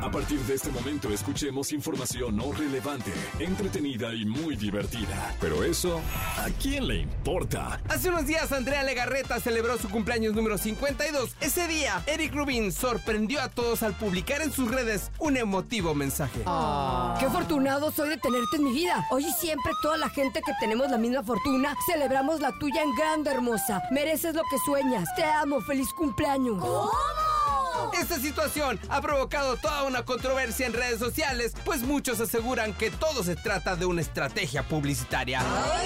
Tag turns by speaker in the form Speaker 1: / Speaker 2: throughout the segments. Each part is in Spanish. Speaker 1: A partir de este momento escuchemos información no relevante, entretenida y muy divertida. Pero eso, ¿a quién le importa?
Speaker 2: Hace unos días Andrea Legarreta celebró su cumpleaños número 52. Ese día, Eric Rubin sorprendió a todos al publicar en sus redes un emotivo mensaje.
Speaker 3: Qué afortunado soy de tenerte en mi vida. Hoy y siempre toda la gente que tenemos la misma fortuna celebramos la tuya en grande, hermosa. Mereces lo que sueñas. Te amo. Feliz cumpleaños.
Speaker 2: Esta situación ha provocado toda una controversia en redes sociales, pues muchos aseguran que todo se trata de una estrategia publicitaria.
Speaker 3: Ah.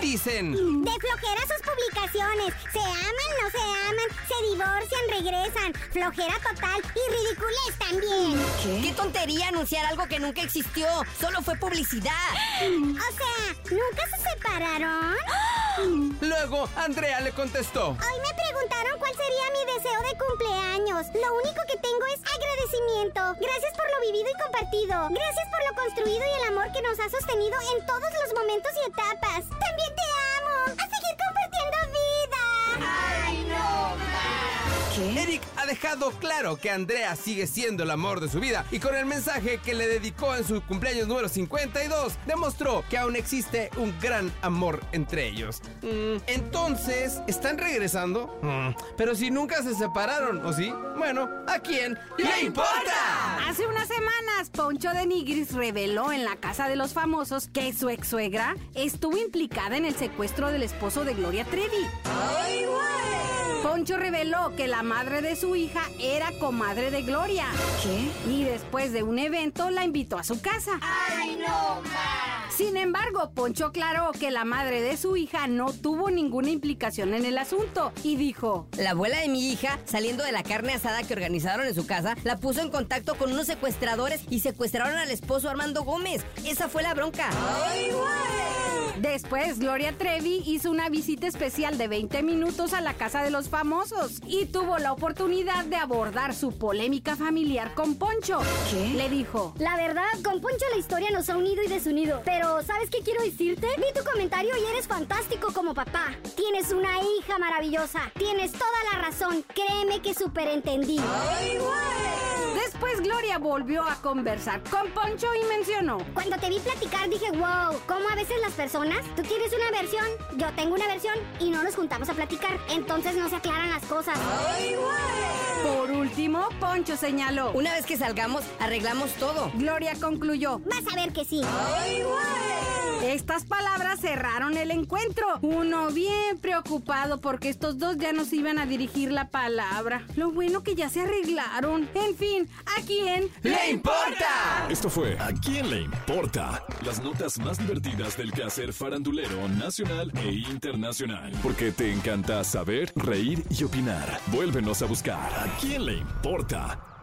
Speaker 2: Dicen,
Speaker 4: De flojera sus publicaciones. Se aman, no se aman, se divorcian, regresan. Flojera total y ridiculez también.
Speaker 3: ¿Qué tontería anunciar algo que nunca existió? Solo fue publicidad.
Speaker 4: O sea, ¿nunca se separaron?
Speaker 2: luego Andrea le contestó.
Speaker 4: Hoy me preguntaron cuál sería mi deseo de cumpleaños. Lo único que tengo es agradecimiento. Gracias por lo vivido y compartido. Gracias por lo construido y el amor que nos ha sostenido en todos los momentos y etapas. También te amo. A seguir compartiendo vida. Ay, no.
Speaker 2: Eric ha dejado claro que Andrea sigue siendo el amor de su vida y con el mensaje que le dedicó en su cumpleaños número 52 demostró que aún existe un gran amor entre ellos. Mm, Entonces, ¿están regresando? Mm, Pero si nunca se separaron, ¿o sí? Bueno, ¿a quién le importa?
Speaker 5: Hace unas semanas, Poncho de Nigris reveló en la casa de los famosos que su ex suegra estuvo implicada en el secuestro del esposo de Gloria Trevi. Poncho reveló que la madre de su hija era comadre de Gloria. ¿Qué? Y después de un evento la invitó a su casa. Sin embargo, Poncho aclaró que la madre de su hija no tuvo ninguna implicación en el asunto y dijo,
Speaker 3: La abuela de mi hija, saliendo de la carne asada que organizaron en su casa, la puso en contacto con unos secuestradores y secuestraron al esposo Armando Gómez. Esa fue la bronca.
Speaker 5: Después, Gloria Trevi hizo una visita especial de 20 minutos a la casa de los famosos y tuvo la oportunidad de abordar su polémica familiar con Poncho.
Speaker 3: ¿Qué?
Speaker 5: Le dijo.
Speaker 4: La verdad, con Poncho la historia nos ha unido y desunido. Pero, ¿sabes qué quiero decirte? Vi tu comentario y eres fantástico como papá. Tienes una hija maravillosa. Tienes toda la razón. Créeme que superentendí.
Speaker 5: Después, Gloria volvió a conversar con Poncho y mencionó.
Speaker 4: Cuando te vi platicar dije, wow, ¿cómo a veces las personas? Tú tienes una versión, yo tengo una versión y no nos juntamos a platicar. Entonces no se aclaran las cosas.
Speaker 5: Por último, Poncho señaló.
Speaker 3: Una vez que salgamos, arreglamos todo.
Speaker 5: Gloria concluyó.
Speaker 4: Vas a ver que sí.
Speaker 5: Estas palabras cerraron el encuentro. Uno bien preocupado porque estos dos ya nos iban a dirigir la palabra. Lo bueno que ya se arreglaron. En fin, ¿a quién
Speaker 2: ¡Le importa!
Speaker 1: Esto fue ¿A quién le importa? Las notas más divertidas del quehacer farandulero nacional e internacional. Porque te encanta saber, reír y opinar. Vuélvenos a buscar ¿A quién le importa?